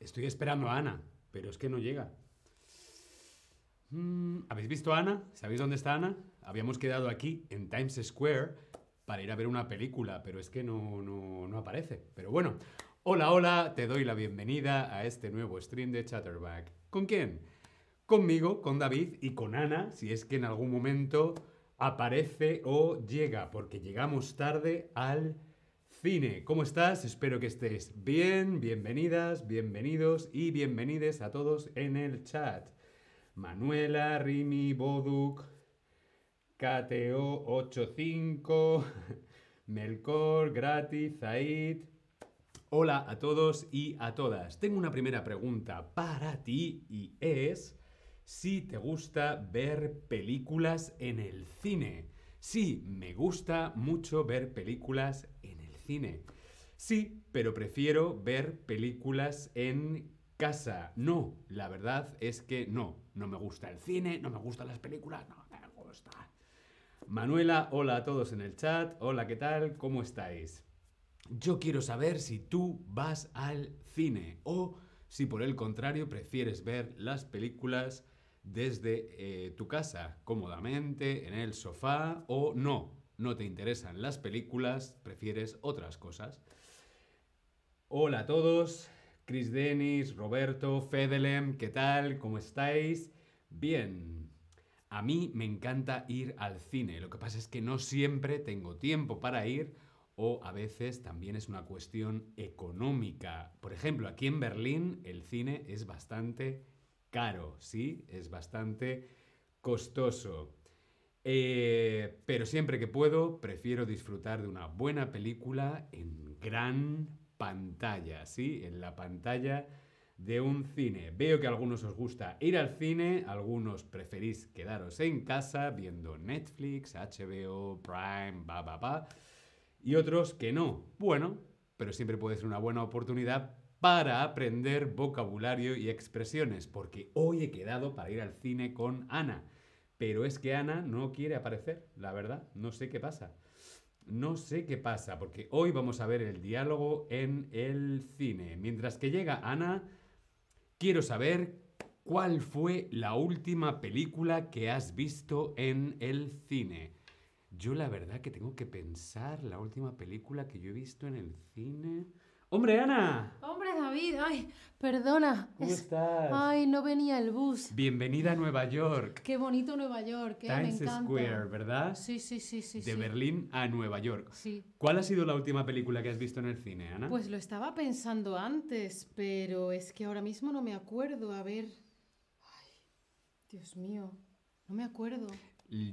Estoy esperando a Ana, pero es que no llega. Mm, ¿Habéis visto a Ana? ¿Sabéis dónde está Ana? Habíamos quedado aquí, en Times Square, para ir a ver una película, pero es que no, no, no aparece. Pero bueno, hola, hola, te doy la bienvenida a este nuevo stream de Chatterback. ¿Con quién? Conmigo, con David y con Ana, si es que en algún momento aparece o llega, porque llegamos tarde al cine. ¿Cómo estás? Espero que estés bien, bienvenidas, bienvenidos y bienvenides a todos en el chat. Manuela, Rimi, Boduk, KTO85, Melkor, Gratis, Zaid. Hola a todos y a todas. Tengo una primera pregunta para ti y es si te gusta ver películas en el cine. Sí, me gusta mucho ver películas en el cine. Sí, pero prefiero ver películas en casa. No, la verdad es que no. No me gusta el cine, no me gustan las películas, no me gusta. Manuela, hola a todos en el chat. Hola, ¿qué tal? ¿Cómo estáis? Yo quiero saber si tú vas al cine o si por el contrario prefieres ver las películas desde eh, tu casa, cómodamente, en el sofá o no. No te interesan las películas, prefieres otras cosas. Hola a todos, Chris Dennis, Roberto, Fedelem, ¿qué tal? ¿Cómo estáis? Bien. A mí me encanta ir al cine, lo que pasa es que no siempre tengo tiempo para ir o a veces también es una cuestión económica. Por ejemplo, aquí en Berlín el cine es bastante caro, ¿sí? Es bastante costoso. Eh, pero siempre que puedo, prefiero disfrutar de una buena película en gran pantalla, ¿sí? En la pantalla de un cine. Veo que a algunos os gusta ir al cine, algunos preferís quedaros en casa viendo Netflix, HBO, Prime, ba, ba, ba, y otros que no. Bueno, pero siempre puede ser una buena oportunidad para aprender vocabulario y expresiones, porque hoy he quedado para ir al cine con Ana. Pero es que Ana no quiere aparecer, la verdad. No sé qué pasa. No sé qué pasa, porque hoy vamos a ver el diálogo en el cine. Mientras que llega Ana, quiero saber cuál fue la última película que has visto en el cine. Yo la verdad que tengo que pensar la última película que yo he visto en el cine. ¡Hombre, Ana! Hombre, David, ay, perdona. ¿Cómo Es- estás? Ay, no venía el bus. Bienvenida a Nueva York. Qué bonito Nueva York, eh, me Times encanta. Square, ¿verdad? Sí, sí, sí, sí. de sí. Berlín a Nueva York. Sí. ¿Cuál ha sido la última película que has visto en el cine, Ana? Pues lo estaba pensando antes, pero es que ahora mismo no me acuerdo. A ver. Ay, Dios mío, no me acuerdo.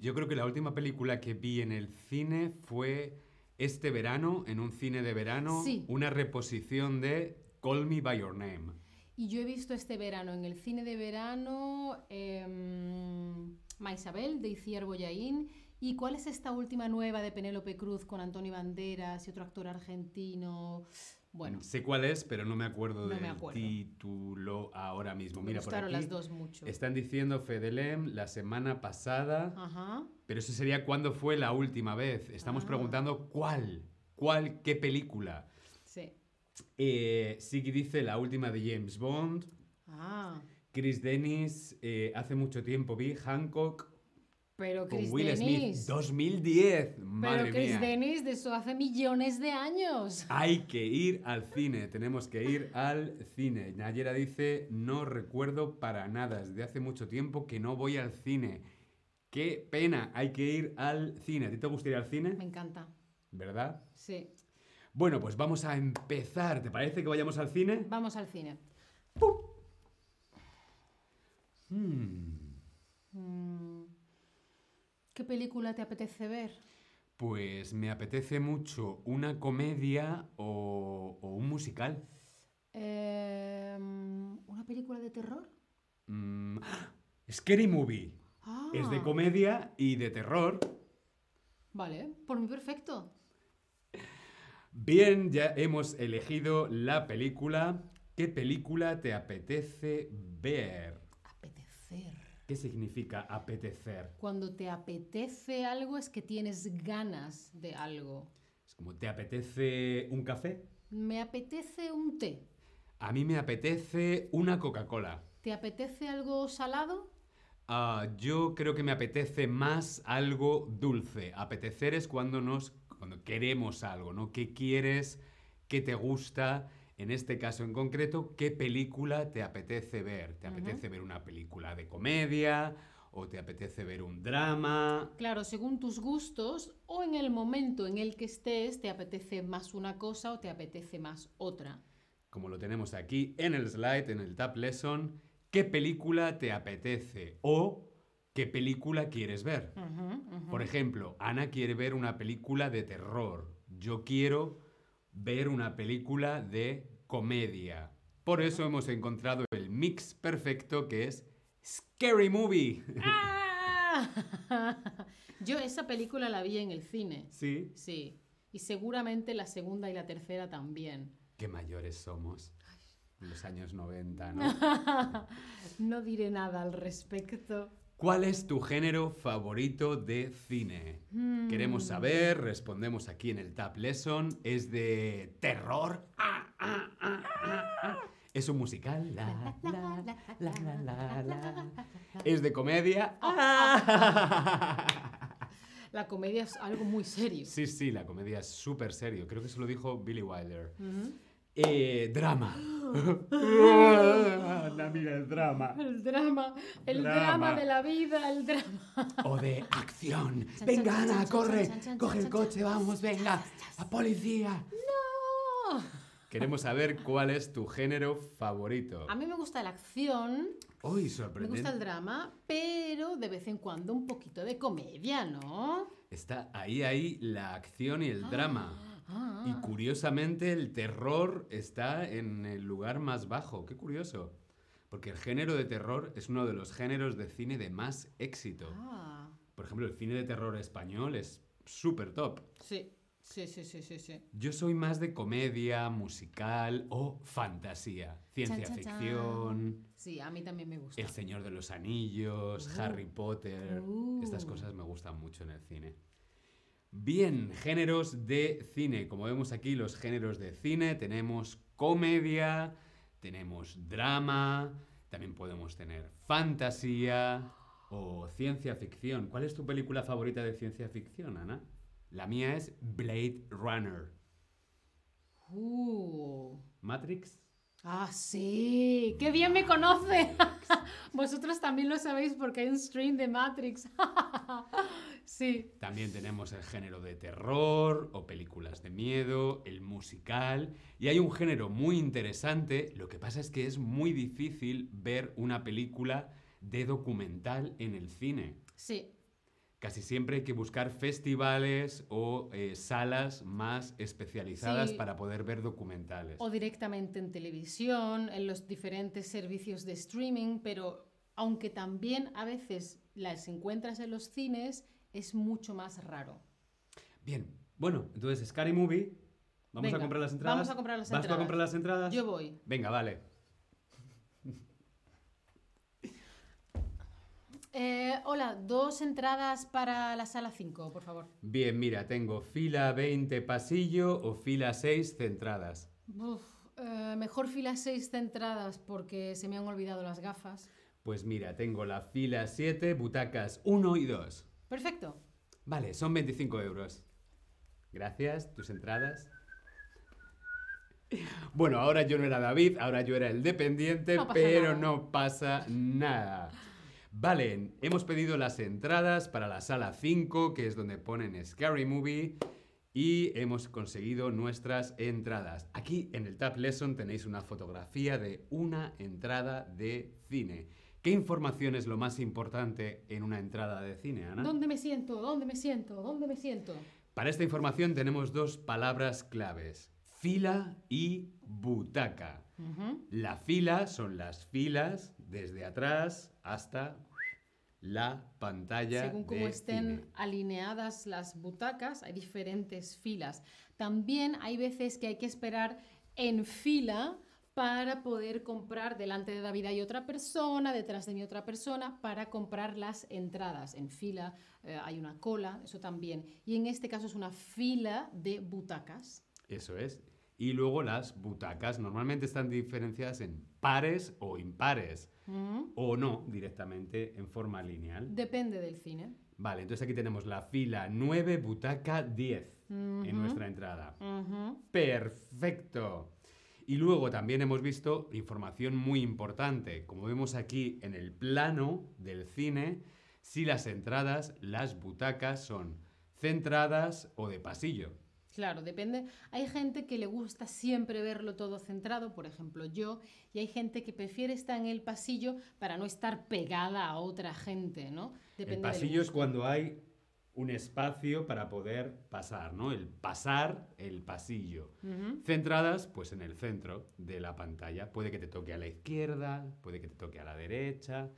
Yo creo que la última película que vi en el cine fue este verano, en un cine de verano, Sí. una reposición de Call Me By Your Name. Y yo he visto este verano, en el cine de verano, em, Ma Isabel de Iciar Boyaín. ¿Y cuál es esta última nueva de Penélope Cruz con Antonio Banderas y otro actor argentino? Bueno, Sé cuál es, pero no me acuerdo No me del acuerdo. título ahora mismo. Mira, me por gustaron aquí las dos mucho. están diciendo Fedelem la semana pasada, Ajá. pero eso sería cuándo fue la última vez. Estamos Ah. preguntando cuál, cuál, qué película. Sí. Eh, Siki dice la última de James Bond. Ah. Chris Dennis, eh, hace mucho tiempo vi Hancock Pero Chris con Will Dennis. Smith 2010. Madre pero Chris mía. Dennis de eso hace millones de años. Hay que ir al cine, tenemos que ir al cine. Nayera dice, no recuerdo para nada, desde hace mucho tiempo que no voy al cine. Qué pena, hay que ir al cine. ¿A ti te gusta ir al Me cine? encanta. ¿Verdad? Sí. Bueno, pues vamos a empezar. ¿Te parece que vayamos al cine? Vamos al cine. Hmm. Mm, ¿Qué película te apetece ver? Pues me apetece mucho una comedia o, o un musical. Em, ¿Una película de terror? Mm, ¡ah! Scary Movie. Ah. Es de comedia y de terror. Vale, por mí perfecto. Bien, ya hemos elegido la película. ¿Qué película te apetece ver? Apetecer. ¿Qué significa apetecer? Cuando te apetece algo es que tienes ganas de algo. Es como, ¿te apetece un café? Me apetece un té. A mí me apetece una Coca-Cola. ¿Te apetece algo salado? Ah, yo creo que me apetece más algo dulce. Apetecer es cuando nos cuando queremos algo, ¿no? ¿Qué quieres? ¿Qué te gusta? En este caso en concreto, ¿qué película te apetece ver? ¿Te Ujú. apetece ver una película de comedia o te apetece ver un drama? Claro, según tus gustos o en el momento en el que estés, te apetece más una cosa o te apetece más otra. Como lo tenemos aquí en el slide, en el Tab Lesson, ¿qué película te apetece o qué película quieres ver? Ujú, ujú. Por ejemplo, Ana quiere ver una película de terror. Yo quiero ver una película de comedia. Por eso hemos encontrado el mix perfecto que es Scary Movie. ¡Ah! Yo esa película la vi en el cine, Sí. sí. Y seguramente la segunda y la tercera también. Qué mayores somos. En los años 90, ¿no? No diré nada al respecto. ¿Cuál es tu género favorito de cine? Mm. Queremos saber, respondemos aquí en el Tab Lesson. ¿Es de terror? Ah, ah, ah, ah, ah. ¿Es un musical? La, la, la, la, la, la. Oh, ¿Es de comedia? Ah. La comedia es algo muy serio. Sí, sí, la comedia es súper serio. Creo que se lo dijo Billy Wilder. Ujú. Eh, drama. La mira el drama. El drama, el drama. Drama. de la vida, el drama. O de acción. Chan, Venga, chan, Ana, chan, corre. chan, chan, Coge el chan, chan, coche, vamos, venga. La policía. ¡No! Queremos saber cuál es tu género favorito. A mí me gusta la acción, Uy, me sorprendente. gusta el drama, pero de vez en cuando un poquito de comedia, ¿no? Está ahí, ahí la acción y el drama. Ah, Y curiosamente el terror está en el lugar más bajo. Qué curioso. Porque el género de terror es uno de los géneros de cine de más éxito. ah. Por ejemplo, el cine de terror español es súper top. Sí, sí, sí, sí, sí, sí. Yo soy más de comedia, musical o fantasía. Ciencia Chan, chan, chan. ficción, Sí, a mí también me gusta. El Señor de los Anillos, Uh. Harry Potter. Estas Uh. cosas me gustan mucho en el cine. Bien, géneros de cine. Como vemos aquí, los géneros de cine, tenemos comedia, tenemos drama, también podemos tener fantasía o ciencia ficción. ¿Cuál es tu película favorita de ciencia ficción, Ana? La mía es Blade Runner. Uh. Matrix. Ah, sí, qué bien me conoce. Vosotros también lo sabéis porque hay un stream de Matrix. sí. También tenemos el género de terror o películas de miedo, el musical. Y hay un género muy interesante, lo que pasa es que es muy difícil ver una película de documental en el cine. Sí, Casi siempre hay que buscar festivales o eh, salas más especializadas Sí. para poder ver documentales. o directamente en televisión, en los diferentes servicios de streaming, pero aunque también a veces las encuentras en los cines, es mucho más raro. Bien, bueno, entonces Scary Movie, vamos Venga, a comprar las vamos entradas. a comprar las ¿Vas tú a entradas. comprar las entradas? Yo voy. Venga, vale. Eh, hola, dos entradas para la sala 5, por favor. Bien, mira, tengo fila 20 pasillo o fila 6 centradas. Uf, eh, mejor fila 6 de entradas porque se me han olvidado las gafas. Pues mira, tengo la fila 7, butacas 1 y 2. Perfecto. Vale, son 25 euros. Gracias, tus entradas. Bueno, ahora yo no era David, ahora yo era el dependiente, No pasa pero nada. no pasa nada. Vale, hemos pedido las entradas para la sala 5, que es donde ponen Scary Movie, y hemos conseguido nuestras entradas. Aquí en el Tab Lesson tenéis una fotografía de una entrada de cine. ¿Qué información es lo más importante en una entrada de cine, Ana? ¿Dónde me siento? ¿Dónde me siento? ¿Dónde me siento? Para esta información tenemos dos palabras claves, fila y butaca. La fila son las filas desde atrás hasta la pantalla. Según cómo de estén cine. alineadas las butacas, hay diferentes filas. También hay veces que hay que esperar en fila para poder comprar delante de David hay otra persona, detrás de mí otra persona, para comprar las entradas. En fila eh, hay una cola, eso también. Y en este caso es una fila de butacas. Eso es. Y luego las butacas normalmente están diferenciadas en pares o impares, Mm. o no directamente en forma lineal. Depende del cine. Vale, entonces aquí tenemos la fila 9, butaca 10 Ujú. en nuestra entrada. Ujú. Perfecto. Y luego también hemos visto información muy importante. Como vemos aquí en el plano del cine, si las entradas, las butacas son centradas o de pasillo. Claro, depende. Hay gente que le gusta siempre verlo todo centrado, por ejemplo yo, y hay gente que prefiere estar en el pasillo para no estar pegada a otra gente, ¿no? Depende el del pasillo es gusto. cuando hay un espacio para poder pasar, ¿no? El pasar, el pasillo. Ujú. Centradas, pues en el centro de la pantalla. Puede que te toque a la izquierda, puede que te toque a la derecha.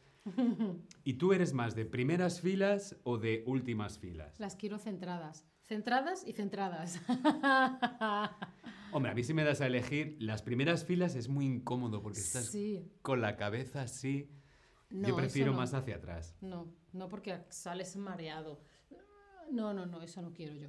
¿Y tú eres más de primeras filas o de últimas filas? Las quiero centradas. Centradas y centradas. Hombre, a mí si me das a elegir, las primeras filas es muy incómodo porque estás Sí. con la cabeza así. No, Yo eso prefiero no. más hacia atrás. No, no porque sales mareado. No, no, no, eso no quiero yo.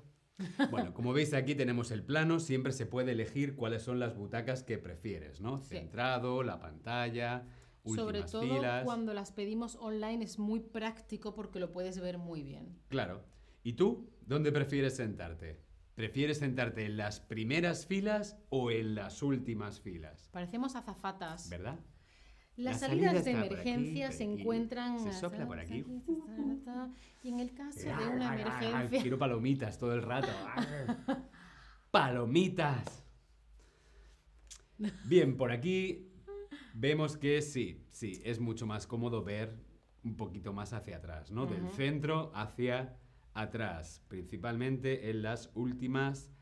Bueno, como veis aquí tenemos el plano, siempre se puede elegir cuáles son las butacas que prefieres, ¿no? Sí. Centrado, la pantalla, últimas Sobre todo filas. cuando las pedimos online es muy práctico porque lo puedes ver muy bien. Claro. ¿Y tú? ¿Dónde prefieres sentarte? ¿Prefieres sentarte en las primeras filas o en las últimas filas? Parecemos azafatas. ¿Verdad? Las La salidas salida de está por aquí, emergencia por se aquí. encuentran. Se sopla por aquí. Y en el caso de una emergencia. Quiero palomitas todo el rato. ¡Palomitas! Bien, por aquí vemos que sí, sí, es mucho más cómodo ver un poquito más hacia atrás, ¿no? Del Ujú. centro hacia atrás, principalmente en las últimas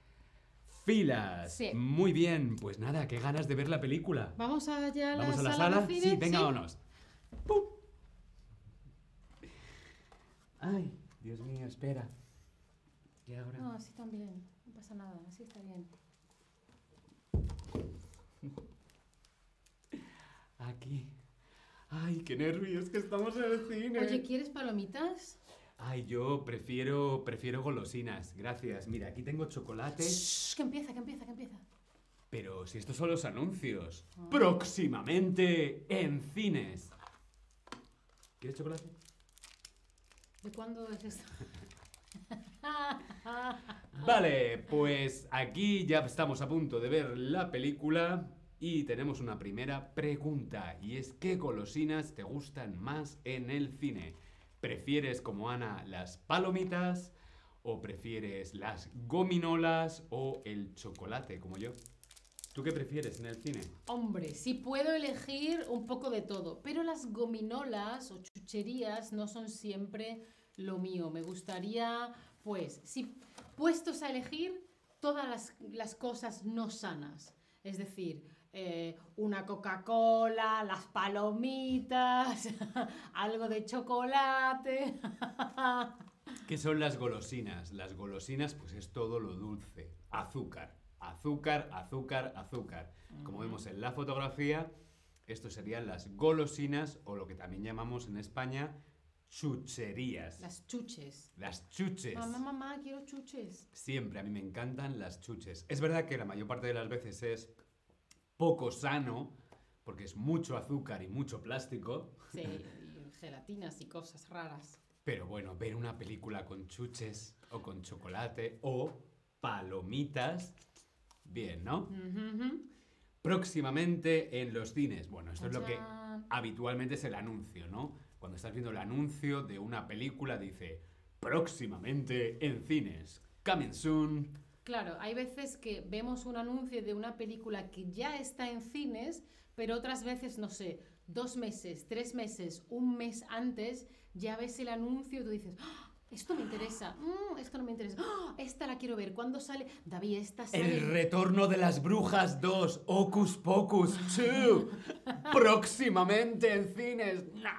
filas. Sí. Muy bien, pues nada, qué ganas de ver la película. Vamos allá a la ¿Vamos a sala, la sala? de cine. Sí, venga, sí. vámonos. ¡Pum! Ay, Dios mío, espera. ¿Y ahora? No, así también. No pasa nada, así está bien. Aquí. Ay, qué nervios que estamos en el cine. Oye, ¿quieres palomitas? Ay, yo prefiero prefiero golosinas. Gracias. Mira, aquí tengo chocolate, Shh, que empieza, que empieza, que empieza. pero si estos son los anuncios. Ah. Próximamente en cines. ¿Quieres chocolate? ¿De cuándo es esto? Vale, pues aquí ya estamos a punto de ver la película y tenemos una primera pregunta y es ¿qué golosinas te gustan más en el cine? ¿Prefieres como Ana las palomitas o prefieres las gominolas o el chocolate como yo? ¿Tú qué prefieres en el cine? Hombre, sí puedo elegir un poco de todo, pero las gominolas o chucherías no son siempre lo mío. Me gustaría, pues, si puestos a elegir, todas las, las cosas no sanas. Es decir, eh, una Coca-Cola, las palomitas, algo de chocolate. ¿Qué son las golosinas? Las golosinas pues es todo lo dulce. Azúcar, azúcar, azúcar, azúcar. Como vemos en la fotografía, esto serían las golosinas o lo que también llamamos en España chucherías. Las, las chuches. chuches. Mamá, mamá, quiero chuches. Siempre, a mí me encantan las chuches. Es verdad que la mayor parte de las veces es poco sano, porque es mucho azúcar y mucho plástico, Sí, y gelatinas y cosas raras. Pero bueno, ver una película con chuches o con chocolate o palomitas, bien, ¿no? Ujú, ujú. Próximamente en los cines. Bueno, esto es lo que Tachán. habitualmente es el anuncio, ¿no? Cuando estás viendo el anuncio de una película dice próximamente en cines. Coming soon. Claro, hay veces que vemos un anuncio de una película que ya está en cines, pero otras veces, no sé, dos meses, tres meses, un mes antes, ya ves el anuncio y tú dices, "Ah, esto me interesa, mm, esto no me interesa, Ah, esta la quiero ver, ¿cuándo sale? David, esta sale. El retorno de las brujas 2, Hocus Pocus 2. Próximamente en cines. ¡Nah!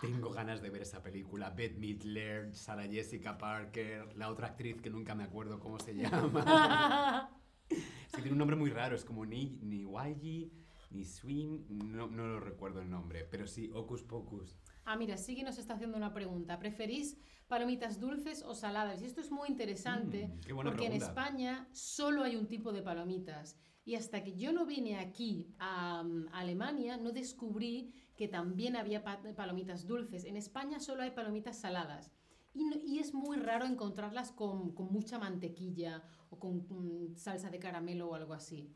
Tengo ganas de ver esa película. Beth Midler, Sarah Jessica Parker, la otra actriz que nunca me acuerdo cómo se llama. Es que tiene un nombre muy raro, es como ni, ni Wayi, ni Swim, no, no lo recuerdo el nombre, pero sí, Hocus Pocus. Ah, mira, sí que nos está haciendo una pregunta. ¿Preferís palomitas dulces o saladas? Y esto es muy interesante Mm, qué buena porque en pregunta. España solo hay un tipo de palomitas. Y hasta que yo no vine aquí a, mm, a Alemania, no descubrí que también había pa- palomitas dulces. En España solo hay palomitas saladas. Y, no- y es muy raro encontrarlas con, con mucha mantequilla o con mm, salsa de caramelo o algo así.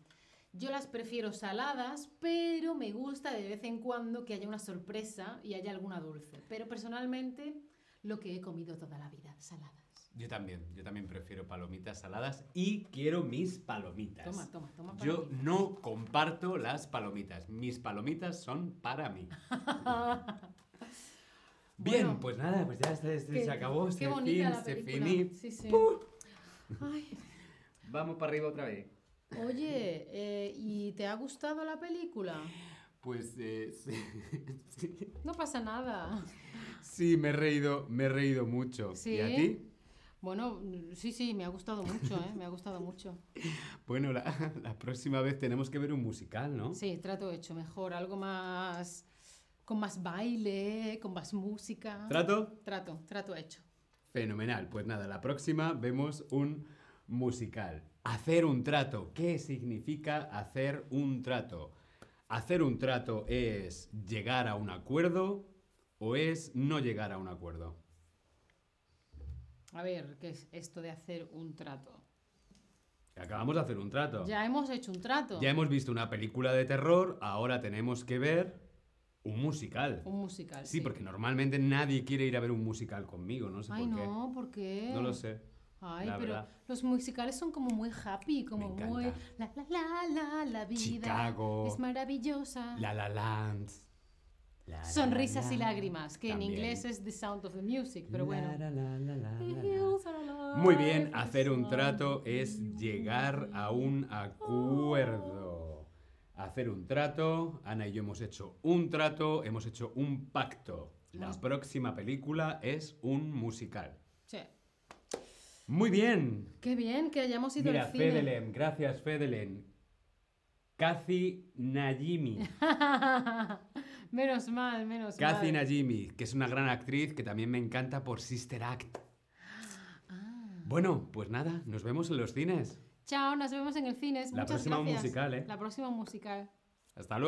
Yo las prefiero saladas, pero me gusta de vez en cuando que haya una sorpresa y haya alguna dulce. Pero personalmente, lo que he comido toda la vida, saladas. Yo también, yo también prefiero palomitas saladas y quiero mis palomitas. Toma, toma, toma. para Yo mí. no comparto las palomitas. Mis palomitas son para mí. Bien, Bueno. pues nada, pues ya este- este Qué- se acabó, se Qué bonita fin, la se película. finí. Sí, sí. Ay, Uh, Vamos para arriba otra vez. Oye, eh, ¿y te ha gustado la película? Pues eh, sí, sí. No pasa nada. Sí, me he reído, me he reído mucho. Sí. ¿Y a ti? Bueno, sí, sí, me ha gustado mucho, ¿eh? Me ha gustado mucho. Bueno, la, la próxima vez tenemos que ver un musical, ¿no? Sí, trato hecho, mejor, algo más... Con más baile, con más música. ¿Trato? Trato, trato hecho. Fenomenal. Pues nada, la próxima vemos un musical. Hacer un trato. ¿Qué significa hacer un trato? ¿Hacer un trato es llegar a un acuerdo o es no llegar a un acuerdo? A ver, ¿qué es esto de hacer un trato? Acabamos de hacer un trato. Ya hemos hecho un trato. Ya hemos visto una película de terror, ahora tenemos que ver un musical. Un musical. Sí, porque normalmente nadie quiere ir a ver un musical conmigo, no sé Ay, por qué. no, ¿por qué? No lo sé. Ay, la pero verdad. los musicales son como muy happy, como encanta. muy. La, la, la, la, la vida. Chicago. Es maravillosa. La La Land. La La Ah. Sonrisas y La. lágrimas, que También. en inglés es The Sound of the Music, La, pero bueno. la, la, la, la, The la, la. hills are alive Muy bien, with the hacer un sound trato of the es music. llegar a un acuerdo. Hacer un trato, Ana y yo hemos hecho un trato, hemos hecho un pacto. La Hemos- próxima película es un musical. Sí. Muy bien, Qué bien que hayamos ido Mira, al cine. Fedelen, gracias Fedelen. Kathy Najimi. menos mal, menos Kathy mal. Najimi, que es una gran actriz que también me encanta por Sister Act. Ah. Bueno, pues nada, nos vemos en los cines. Chao, nos vemos en el cine. La Muchas próxima un gracias. musical, ¿eh? La próxima un musical. Hasta luego.